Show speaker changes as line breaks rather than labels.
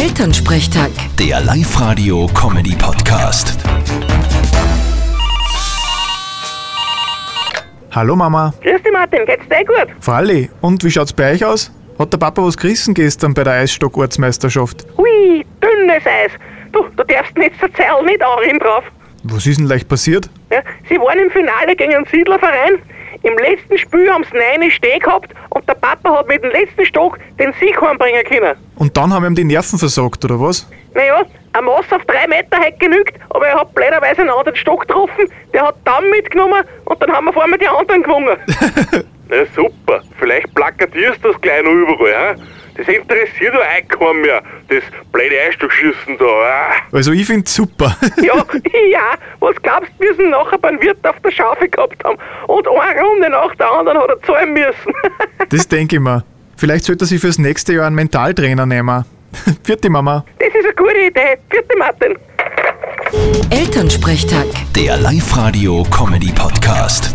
Elternsprechtag.
Der Live-Radio-Comedy-Podcast.
Hallo Mama,
Grüß dich Martin, geht's dir gut?
Fralli, und wie schaut's bei euch aus? Hat der Papa was gerissen gestern bei der Eisstock-Ortsmeisterschaft?
Hui, dünnes Eis. Du, du darfst nicht zur Zeil nicht anreden drauf.
Was ist denn leicht passiert?
Ja, sie waren im Finale gegen einen Siedlerverein. Im letzten Spiel haben sie neine Steh gehabt und der Papa hat mit dem letzten Stock den Sieg heimbringen können.
Und dann haben ihm die Nerven versagt, oder was?
Naja, ein Maß auf drei Meter hätte genügt, aber er hat blöderweise einen anderen Stock getroffen, der hat dann mitgenommen und dann haben wir vorher die anderen gewonnen.
Na super, vielleicht plakatierst du das gleich noch überall, hä? Das interessiert ja eigentlich keinen mehr, das blöde Eisstockschießen da. Ah.
Also ich find's super.
ja, ja, was glaubst du, wir sind nachher beim Wirt auf der Schafe gehabt haben und eine Runde nach der anderen hat er zahlen müssen.
Das denke ich mir. Vielleicht sollte er sich fürs nächste Jahr einen Mentaltrainer nehmen. Vierte Mama.
Das ist eine gute Idee. Vierte Martin.
Elternsprechtag.
Der Live-Radio-Comedy-Podcast.